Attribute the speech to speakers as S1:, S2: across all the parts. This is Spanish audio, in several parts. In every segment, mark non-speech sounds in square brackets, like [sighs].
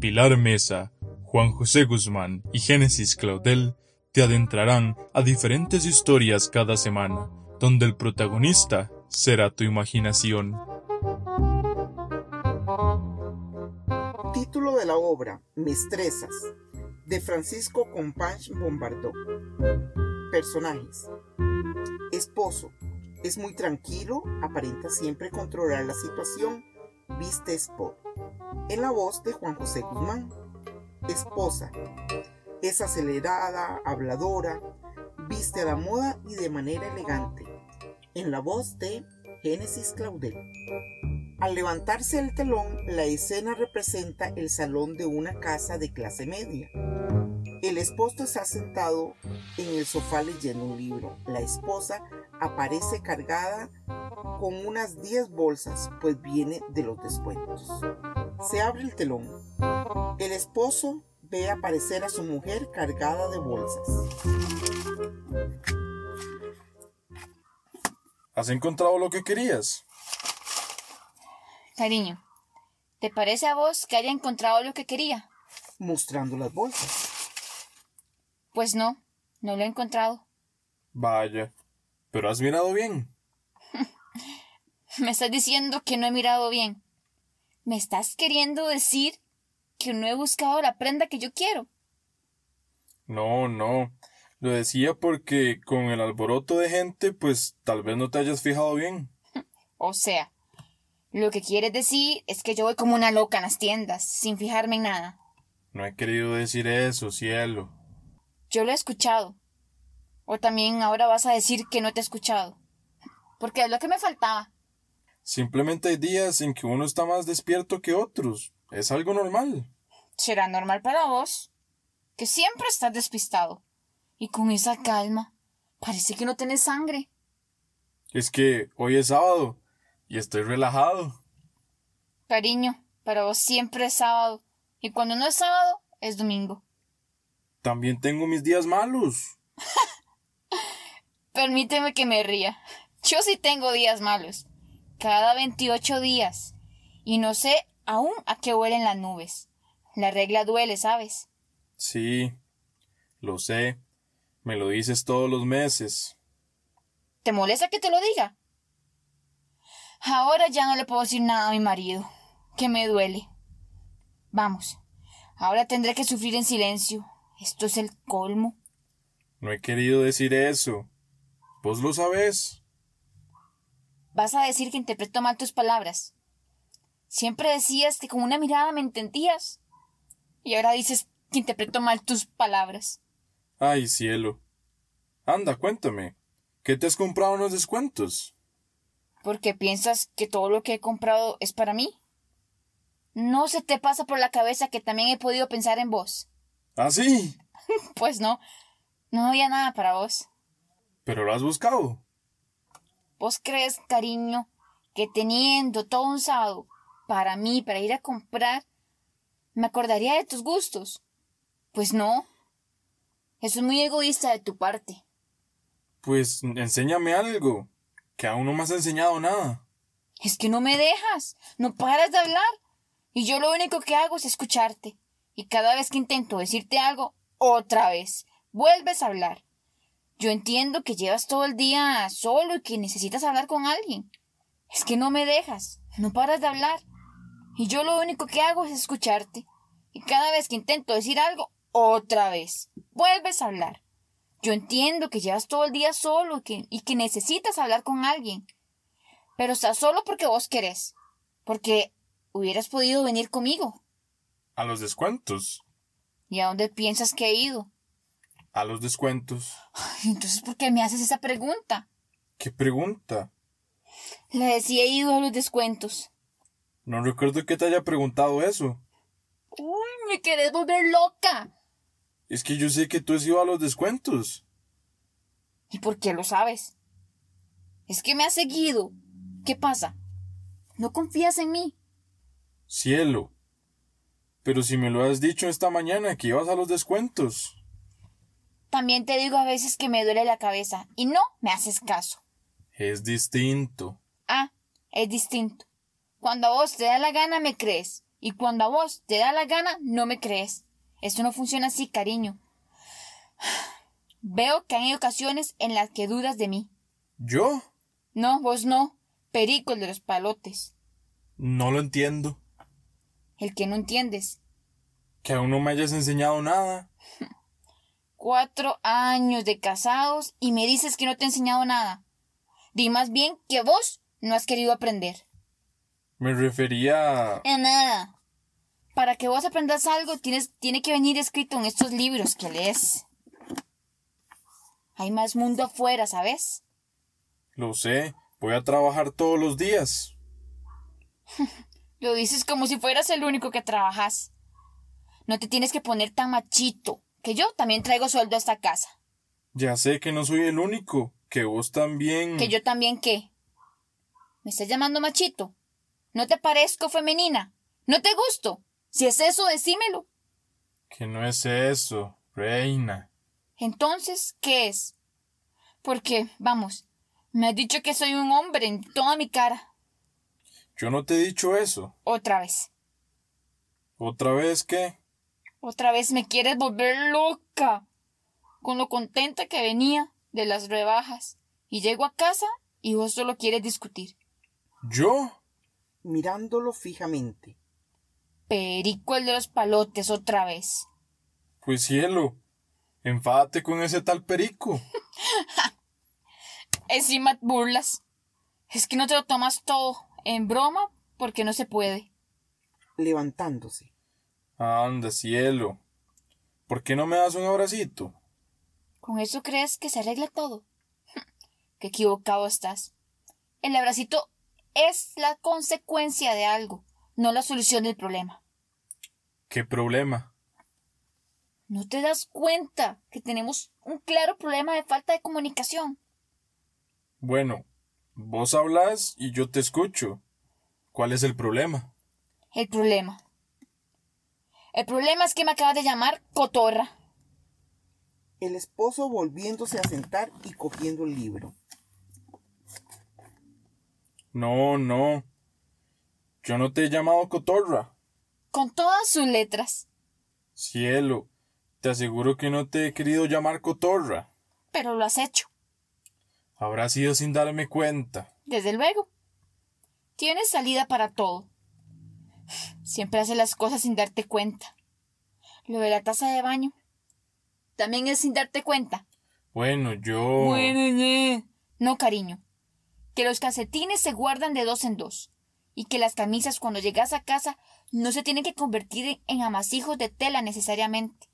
S1: Pilar Mesa, Juan José Guzmán y Génesis Claudel te adentrarán a diferentes historias cada semana, donde el protagonista será tu imaginación.
S2: Título de la obra, Mestrezas, de Francisco Companch Bombardó. Personajes. Esposo. Es muy tranquilo, aparenta siempre controlar la situación, viste sport. En la voz de Juan José Guzmán. Esposa. Es acelerada, habladora, viste a la moda y de manera elegante. En la voz de Génesis Claudel. Al levantarse el telón, la escena representa el salón de una casa de clase media. El esposo está sentado en el sofá leyendo un libro. La esposa aparece cargada con unas 10 bolsas, pues viene de los descuentos. Se abre el telón. El esposo ve aparecer a su mujer cargada de bolsas.
S1: ¿Has encontrado lo que querías?
S3: Cariño, ¿te parece a vos que haya encontrado lo que quería?
S2: Mostrando las bolsas.
S3: Pues no, no lo he encontrado. [laughs]
S1: Vaya, pero has mirado bien.
S3: Me estás diciendo que no he mirado bien. Me estás queriendo decir que no he buscado la prenda que yo quiero.
S1: No, no. Lo decía porque con el alboroto de gente, pues tal vez no te hayas fijado bien.
S3: O sea, lo que quieres decir es que yo voy como una loca en las tiendas, sin fijarme en nada.
S1: No he querido decir eso, cielo.
S3: Yo lo he escuchado. O también ahora vas a decir que no te he escuchado. Porque es lo que me faltaba.
S1: Simplemente hay días en que uno está más despierto que otros. Es algo normal.
S3: Será normal para vos, que siempre estás despistado. Y con esa calma, parece que no tenés sangre.
S1: Es que hoy es sábado y estoy relajado.
S3: Cariño, para vos siempre es sábado. Y cuando no es sábado, es domingo.
S1: También tengo mis días malos.
S3: Permíteme que me ría. [laughs] Yo sí tengo días malos. Cada 28 días. Y no sé aún a qué huelen las nubes. La regla duele, ¿sabes?
S1: Sí, lo sé. Me lo dices todos los meses.
S3: ¿Te molesta que te lo diga? Ahora ya no le puedo decir nada a mi marido, que me duele. Vamos, ahora tendré que sufrir en silencio. Esto es el colmo.
S1: No he querido decir eso. Vos lo sabés.
S3: Vas a decir que interpreto mal tus palabras. Siempre decías que con una mirada me entendías. Y ahora dices que interpreto mal tus palabras.
S1: Ay, cielo. Anda, cuéntame. ¿Qué te has comprado en los descuentos?
S3: Porque piensas que todo lo que he comprado es para mí. No se te pasa por la cabeza que también he podido pensar en vos.
S1: ¿Ah, sí?
S3: Pues no, no había nada para vos.
S1: ¿Pero lo has buscado?
S3: ¿Vos crees, cariño, que teniendo todo un sábado para mí, para ir a comprar, me acordaría de tus gustos? Pues no. Eso es muy egoísta de tu parte.
S1: Pues enséñame algo, que aún no me has enseñado nada.
S3: Es que no me dejas, no paras de hablar. Y yo lo único que hago es escucharte. Y cada vez que intento decirte algo, otra vez, vuelves a hablar. Yo entiendo que llevas todo el día solo y que necesitas hablar con alguien. Es que no me dejas, no paras de hablar. Y yo lo único que hago es escucharte. Y cada vez que intento decir algo, otra vez, vuelves a hablar. Yo entiendo que llevas todo el día solo y que, y que necesitas hablar con alguien. Pero estás solo porque vos querés. Porque hubieras podido venir conmigo.
S1: A los descuentos.
S3: ¿Y a dónde piensas que he ido? [laughs]
S1: A los descuentos.
S3: Ay, Entonces, ¿por qué me haces esa pregunta?
S1: ¿Qué pregunta?
S3: Le decía he ido a los descuentos.
S1: No recuerdo que te haya preguntado eso.
S3: Uy, me querés volver loca.
S1: Es que yo sé que tú has ido a los descuentos.
S3: ¿Y por qué lo sabes? Es que me has seguido. ¿Qué pasa? ¿No confías en mí?
S1: Cielo. Pero si me lo has dicho esta mañana que ibas a los descuentos.
S3: También te digo a veces que me duele la cabeza y no me haces caso.
S1: Es distinto.
S3: Ah, es distinto. Cuando a vos te da la gana me crees Y cuando a vos te da la gana, no me crees. Esto no funciona así, cariño. [sighs] Veo que hay ocasiones en las que dudas de mí.
S1: ¿Yo?
S3: No, vos no. Perico el de los palotes.
S1: No lo entiendo.
S3: El que no entiendes.
S1: Que aún no me hayas enseñado nada.
S3: Cuatro años de casados y me dices que no te he enseñado nada. Di más bien que vos no has querido aprender.
S1: Me refería a...
S3: En nada. Para que vos aprendas algo, tienes, tiene que venir escrito en estos libros que lees. Hay más mundo afuera, ¿sabes?
S1: Lo sé, voy a trabajar todos los días.
S3: Lo dices como si fueras el único que trabajas. No te tienes que poner tan machito, que yo también traigo sueldo a esta casa.
S1: Ya sé que no soy el único, que vos también...
S3: Que yo también qué. ¿Me estás llamando machito? ¿No te parezco femenina? ¿No te gusto? Si es eso, decímelo.
S1: Que no es eso, reina.
S3: Entonces, ¿qué es? Porque, vamos, me has dicho que soy un hombre en toda mi cara.
S1: Yo no te he dicho eso.
S3: Otra vez.
S1: ¿Otra vez qué?
S3: Otra vez me quieres volver loca. Con lo contenta que venía de las rebajas. Y llego a casa y vos solo quieres discutir.
S1: ¿Yo?
S2: mirándolo fijamente.
S3: Perico el de los palotes otra vez.
S1: Pues cielo, enfádate con ese tal perico.
S3: Encima burlas. Es que no te lo tomas todo en broma porque no se puede.
S2: Levantándose.
S1: Anda, cielo. ¿Por qué no me das un abracito?
S3: ¿Con eso crees que se arregla todo? [laughs] Qué equivocado estás. El abracito es la consecuencia de algo, no la solución del problema.
S1: ¿Qué problema?
S3: ¿No te das cuenta que tenemos un claro problema de falta de comunicación?
S1: Bueno, vos hablas y yo te escucho. ¿Cuál es el problema?
S3: El problema. El problema es que me acabas de llamar cotorra.
S2: El esposo volviéndose a sentar y cogiendo el libro.
S1: No, no. Yo no te he llamado cotorra.
S3: Con todas sus letras.
S1: Cielo, te aseguro que no te he querido llamar cotorra.
S3: Pero lo has hecho.
S1: Habrá sido sin darme cuenta.
S3: Desde luego. Tienes salida para todo. Siempre haces las cosas sin darte cuenta. Lo de la taza de baño. También es sin darte cuenta.
S1: Bueno, yo.
S3: Bueno, ñe. No, cariño. Que los calcetines se guardan de dos en dos. Y que las camisas cuando llegas a casa no se tienen que convertir en- en amasijos de tela necesariamente.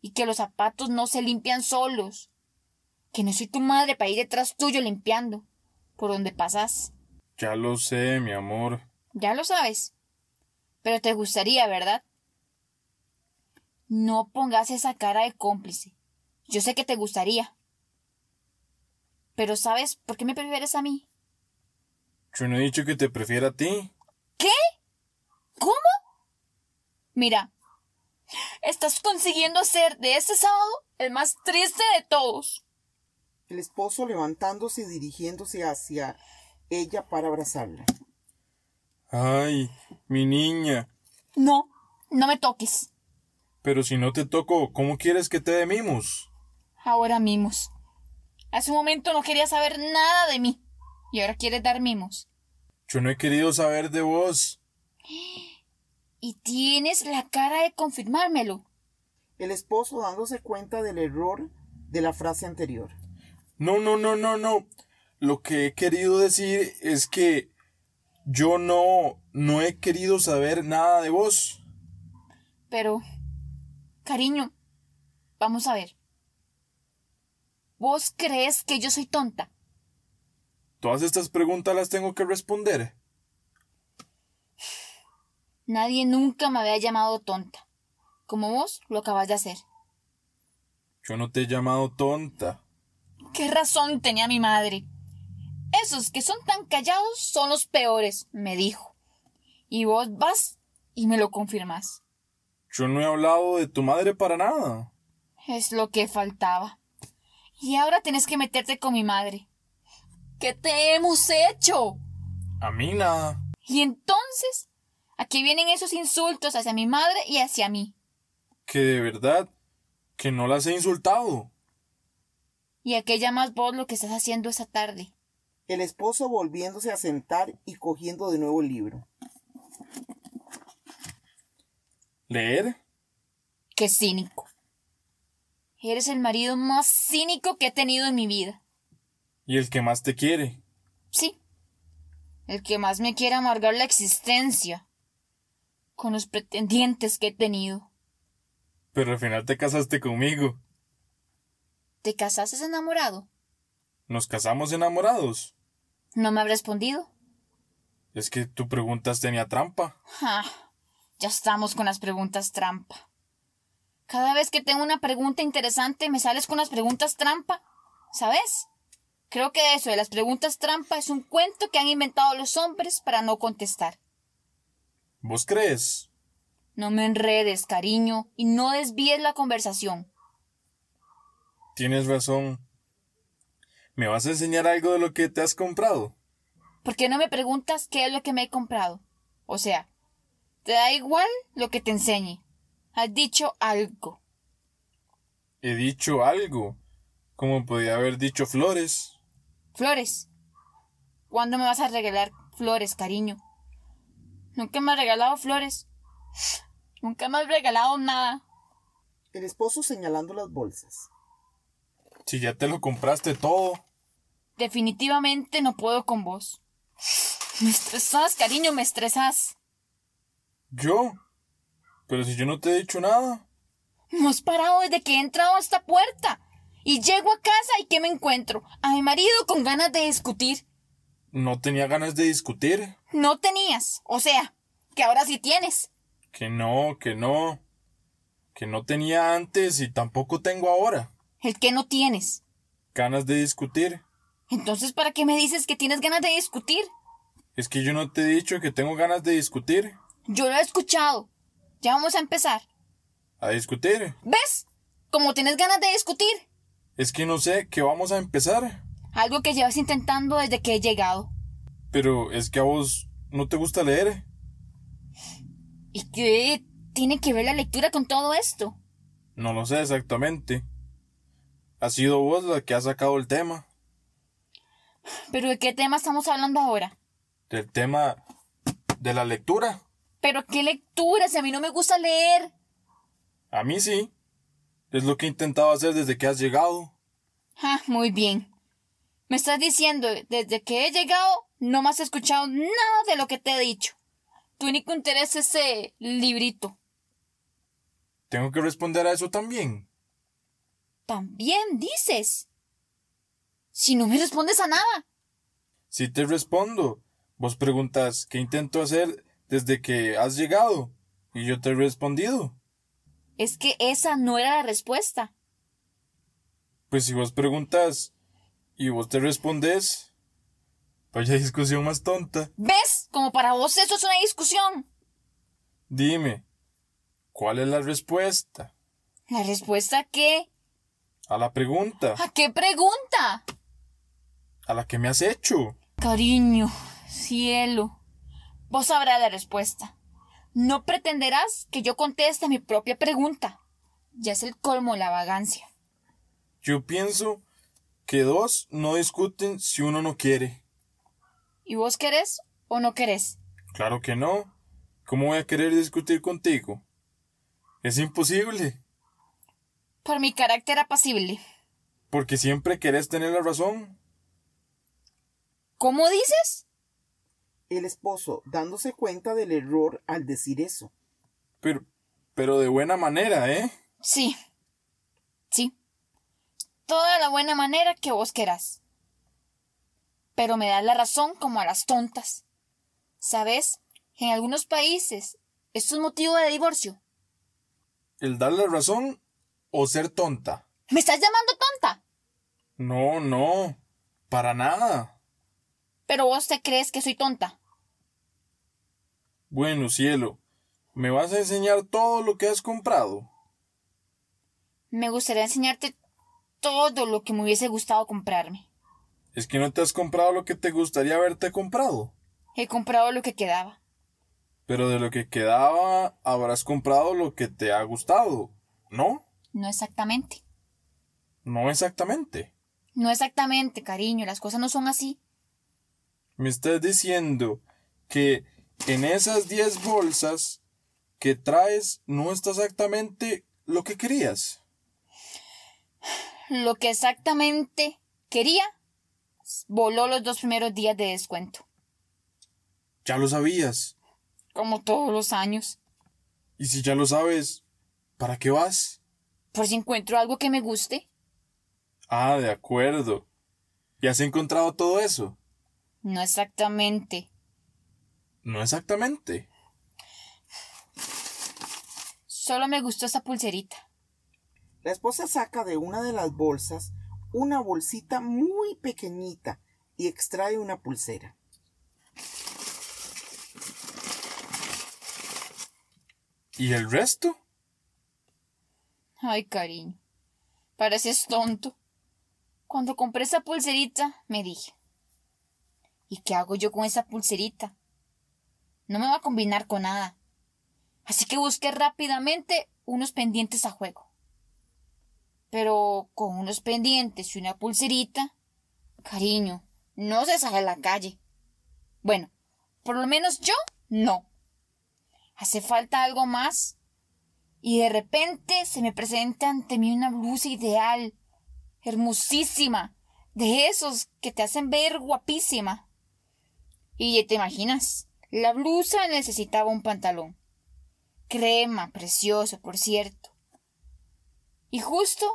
S3: Y que los zapatos no se limpian solos. Que no soy tu madre para ir detrás tuyo limpiando. Por donde pasas.
S1: Ya lo sé, mi amor.
S3: Ya lo sabes. Pero te gustaría, ¿verdad? No pongas esa cara de cómplice. Yo sé que te gustaría. Pero ¿sabes por qué me prefieres a mí?
S1: Yo no he dicho que te prefiera a ti.
S3: ¿Qué? ¿Cómo? Mira, estás consiguiendo hacer de este sábado el más triste de todos.
S2: El esposo levantándose y dirigiéndose hacia ella para abrazarla.
S1: Ay, mi niña.
S3: No, no me toques.
S1: Pero si no te toco, ¿cómo quieres que te dé mimos?
S3: Ahora mimos. Hace un momento no querías saber nada de mí. Y ahora quieres dar mimos.
S1: Yo no he querido saber de vos.
S3: Y tienes la cara de confirmármelo.
S2: El esposo dándose cuenta del error de la frase anterior.
S1: No, no, no, no, no. Lo que he querido decir es que yo no, no he querido saber nada de vos.
S3: Pero, cariño, vamos a ver. ¿Vos crees que yo soy tonta?
S1: Todas estas preguntas las tengo que responder.
S3: Nadie nunca me había llamado tonta. Como vos lo acabas de hacer.
S1: Yo no te he llamado tonta.
S3: ¿Qué razón tenía mi madre? Esos que son tan callados son los peores, me dijo. Y vos vas y me lo confirmas.
S1: Yo no he hablado de tu madre para nada.
S3: Es lo que faltaba. Y ahora tienes que meterte con mi madre. ¿Qué te hemos hecho?
S1: A mí nada.
S3: Y entonces, Aquí vienen esos insultos hacia mi madre y hacia mí.
S1: Que de verdad, que no las he insultado.
S3: Y a qué llamas vos lo que estás haciendo esa tarde.
S2: El esposo volviéndose a sentar y cogiendo de nuevo el libro.
S1: ¿Leer?
S3: Qué cínico. Eres el marido más cínico que he tenido en mi vida.
S1: Y el que más te quiere.
S3: Sí. El que más me quiere amargar la existencia. Con los pretendientes que he tenido.
S1: Pero al final te casaste conmigo.
S3: ¿Te casaste enamorado?
S1: ¿Nos casamos enamorados?
S3: No me has respondido.
S1: Es que tu preguntas tenía trampa.
S3: Ah, ya estamos con las preguntas trampa. Cada vez que tengo una pregunta interesante me sales con las preguntas trampa. ¿Sabes? Creo que eso de las preguntas trampa es un cuento que han inventado los hombres para no contestar.
S1: ¿Vos crees?
S3: No me enredes, cariño, y no desvíes la conversación.
S1: Tienes razón. ¿Me vas a enseñar algo de lo que te has comprado?
S3: ¿Por qué no me preguntas qué es lo que me he comprado? O sea, te da igual lo que te enseñe. Has dicho algo.
S1: He dicho algo. Como podía haber dicho flores.
S3: Flores. ¿Cuándo me vas a regalar flores, cariño? Nunca me has regalado flores. [sighs] Nunca me has regalado nada.
S2: El esposo señalando las bolsas.
S1: Si ya te lo compraste todo.
S3: Definitivamente no puedo con vos. [sighs] Me estresás, cariño, me estresás.
S1: ¿Yo? Pero si yo no te he dicho nada.
S3: No has parado desde que he entrado a esta puerta. Y llego a casa y ¿qué me encuentro? A mi marido con ganas de discutir.
S1: No tenía ganas de discutir.
S3: No tenías, o sea, que ahora sí tienes.
S1: Que no, que no. Que no tenía antes y tampoco tengo ahora.
S3: El que no tienes.
S1: Ganas de discutir.
S3: Entonces, ¿para qué me dices que tienes ganas de discutir?
S1: Es que yo no te he dicho que tengo ganas de discutir.
S3: Yo lo he escuchado. Ya vamos a empezar.
S1: A discutir.
S3: ¿Ves? Como tienes ganas de discutir.
S1: Es que no sé que vamos a empezar.
S3: Algo que llevas intentando desde que he llegado.
S1: Pero es que a vos no te gusta leer.
S3: ¿Y qué tiene que ver la lectura con todo esto?
S1: No lo sé exactamente. Ha sido vos la que ha sacado el tema.
S3: ¿Pero de qué tema estamos hablando ahora?
S1: Del tema de la lectura.
S3: ¿Pero qué lectura? Si a mí no me gusta leer.
S1: A mí sí. Es lo que he intentado hacer desde que has llegado.
S3: Ah, muy bien. Me estás diciendo, desde que he llegado, no me has escuchado nada de lo que te he dicho. Tu único interés es ese librito.
S1: Tengo que responder a eso también.
S3: También dices. Si no me respondes a nada.
S1: Si te respondo, vos preguntas qué intento hacer desde que has llegado y yo te he respondido.
S3: Es que esa no era la respuesta.
S1: Pues si vos preguntas y vos te respondes, vaya discusión más tonta.
S3: ¿Ves? Como para vos eso es una discusión.
S1: Dime, ¿cuál es la respuesta
S3: ¿La respuesta a qué?
S1: a la pregunta
S3: ¿A qué pregunta?
S1: a la que me has hecho?
S3: Cariño, cielo. Vos sabrás la respuesta. No pretenderás que yo conteste mi propia pregunta. Ya es el colmo la vagancia.
S1: Yo pienso que dos no discuten si uno no quiere.
S3: ¿Y vos querés o no querés?
S1: Claro que no. ¿Cómo voy a querer discutir contigo? Es imposible,
S3: Por mi carácter apacible.
S1: porque siempre querés tener la razón.
S3: ¿Cómo dices?
S2: El esposo dándose cuenta del error al decir eso.
S1: Pero, pero de buena manera, ¿eh?
S3: Sí. Sí. Toda la buena manera que vos querás. Pero me das la razón como a las tontas. ¿Sabes? En algunos países esto es motivo de divorcio.
S1: ¿El dar la razón o ser tonta?
S3: ¿Me estás llamando tonta?
S1: No, no, para nada.
S3: Pero vos te crees que soy tonta.
S1: Bueno, cielo, ¿me vas a enseñar todo lo que has comprado?
S3: Me gustaría enseñarte todo lo que me hubiese gustado comprarme.
S1: Es que no te has comprado lo que te gustaría haberte comprado.
S3: He comprado lo que quedaba.
S4: Pero de lo que quedaba, habrás comprado lo que te ha gustado, ¿no?
S3: No exactamente.
S4: No exactamente.
S3: No exactamente, cariño. Las cosas no son así.
S4: Me estás diciendo que en esas 10 bolsas que traes no está exactamente lo que querías.
S3: Lo que exactamente quería voló los dos primeros días de descuento.
S4: Ya lo sabías.
S3: Como todos los años.
S4: Y si ya lo sabes, ¿para qué vas?
S3: Por si encuentro algo que me guste.
S4: Ah, de acuerdo. ¿Y has encontrado todo eso?
S3: No exactamente.
S4: No exactamente.
S3: Solo me gustó esa pulserita.
S2: La esposa saca de una de las bolsas una bolsita muy pequeñita y extrae una pulsera.
S4: ¿Y el resto?
S3: Ay, cariño. Pareces tonto. Cuando compré esa pulserita, me dije. ¿Y qué hago yo con esa pulserita? No me va a combinar con nada. Así que busqué rápidamente unos pendientes a juego. Pero con unos pendientes y una pulserita. Cariño, no se sale a la calle. Bueno, por lo menos yo no. Hace falta algo más. Y de repente se me presenta ante mí una blusa ideal, hermosísima, de esos que te hacen ver guapísima. Y ya te imaginas, la blusa necesitaba un pantalón. Crema, precioso, por cierto. Y justo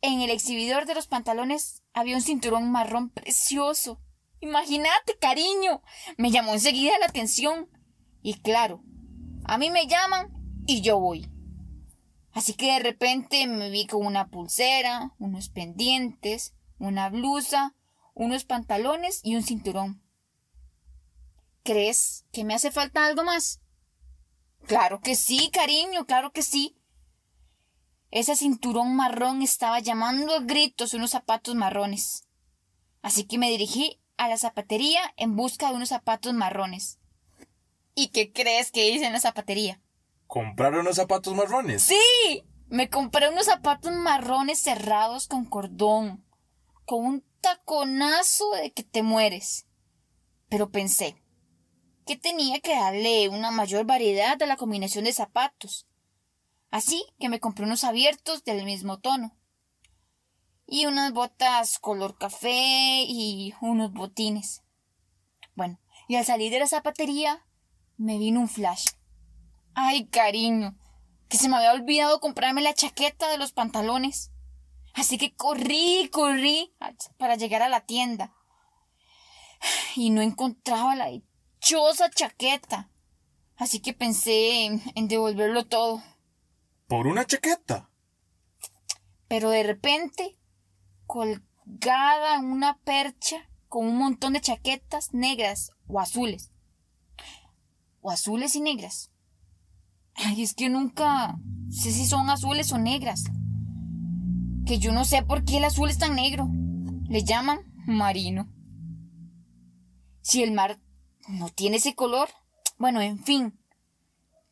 S3: en el exhibidor de los pantalones había un cinturón marrón precioso. Imagínate, cariño. Me llamó enseguida la atención. Y claro, a mí me llaman y yo voy. Así que de repente me vi con una pulsera, unos pendientes, una blusa, unos pantalones y un cinturón. ¿Crees que me hace falta algo más? Claro que sí, cariño, claro que sí. Ese cinturón marrón estaba llamando a gritos unos zapatos marrones. Así que me dirigí a la zapatería en busca de unos zapatos marrones. ¿Y qué crees que hice en la zapatería?
S4: ¿Comprar unos zapatos marrones?
S3: Sí, me compré unos zapatos marrones cerrados con cordón, con un taconazo de que te mueres. Pero pensé que tenía que darle una mayor variedad a la combinación de zapatos. Así que me compré unos abiertos del mismo tono. Y unas botas color café y unos botines. Bueno, y al salir de la zapatería me vino un flash. Ay, cariño, que se me había olvidado comprarme la chaqueta de los pantalones. Así que corrí, corrí para llegar a la tienda. Y no encontraba la dichosa chaqueta. Así que pensé en, en devolverlo todo.
S4: ¿Por una chaqueta?
S3: Pero de repente, colgada en una percha con un montón de chaquetas negras o azules. O azules y negras. Ay, es que nunca sé si son azules o negras. Que yo no sé por qué el azul es tan negro. Le llaman marino. Si el mar no tiene ese color. Bueno, en fin.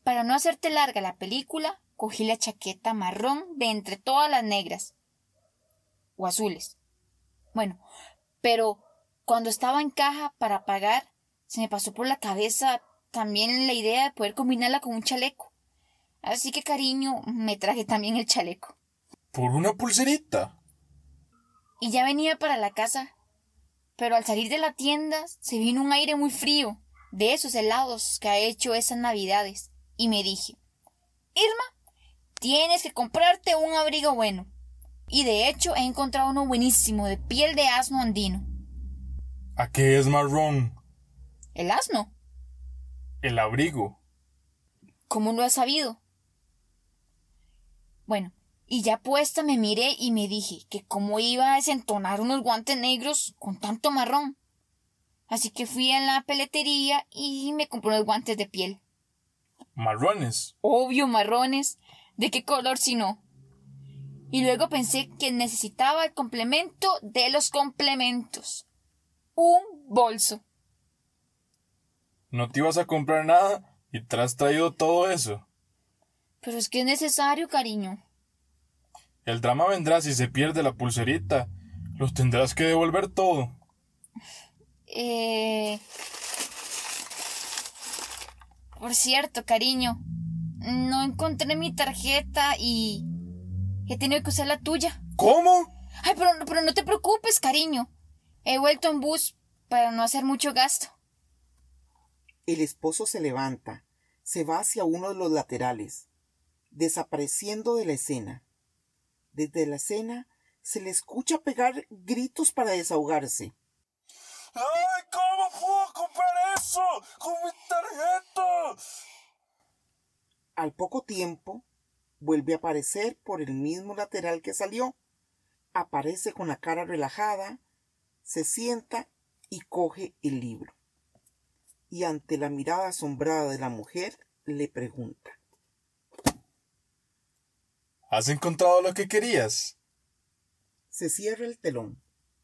S3: Para no hacerte larga la película, cogí la chaqueta marrón de entre todas las negras. O azules. Bueno, pero cuando estaba en caja para pagar, se me pasó por la cabeza también la idea de poder combinarla con un chaleco. Así que, cariño, me traje también el chaleco.
S4: ¿Por una pulserita?
S3: Y ya venía para la casa. Pero al salir de la tienda se vino un aire muy frío, de esos helados que ha hecho esas navidades, y me dije, Irma, tienes que comprarte un abrigo bueno. Y de hecho he encontrado uno buenísimo, de piel de asno andino.
S4: ¿A qué es marrón?
S3: ¿El asno?
S4: El abrigo.
S3: ¿Cómo lo has sabido? Bueno, y ya puesta me miré y me dije que cómo iba a desentonar unos guantes negros con tanto marrón. Así que fui a la peletería y me compré unos guantes de piel.
S4: Marrones.
S3: Obvio, marrones. ¿De qué color si no? Y luego pensé que necesitaba el complemento de los complementos. Un bolso.
S4: ¿No te ibas a comprar nada
S1: y te has traído todo eso.
S3: Pero es que es necesario, cariño.
S1: El drama vendrá si se pierde la pulserita. Los tendrás que devolver todo.
S3: Eh... Por cierto, cariño, no encontré mi tarjeta y he tenido que usar la tuya.
S1: ¿Cómo?
S3: Ay, pero, pero no te preocupes, cariño. He vuelto en bus para no hacer mucho gasto.
S2: El esposo se levanta, se va hacia uno de los laterales, desapareciendo de la escena. Desde la escena se le escucha pegar gritos para desahogarse.
S1: ¡Ay, cómo puedo comprar eso! ¡Con mi tarjeta!
S2: Al poco tiempo, vuelve a aparecer por el mismo lateral que salió. Aparece con la cara relajada, se sienta y coge el libro. Y ante la mirada asombrada de la mujer, le pregunta.
S1: ¿Has encontrado lo que querías?
S2: Se cierra el telón.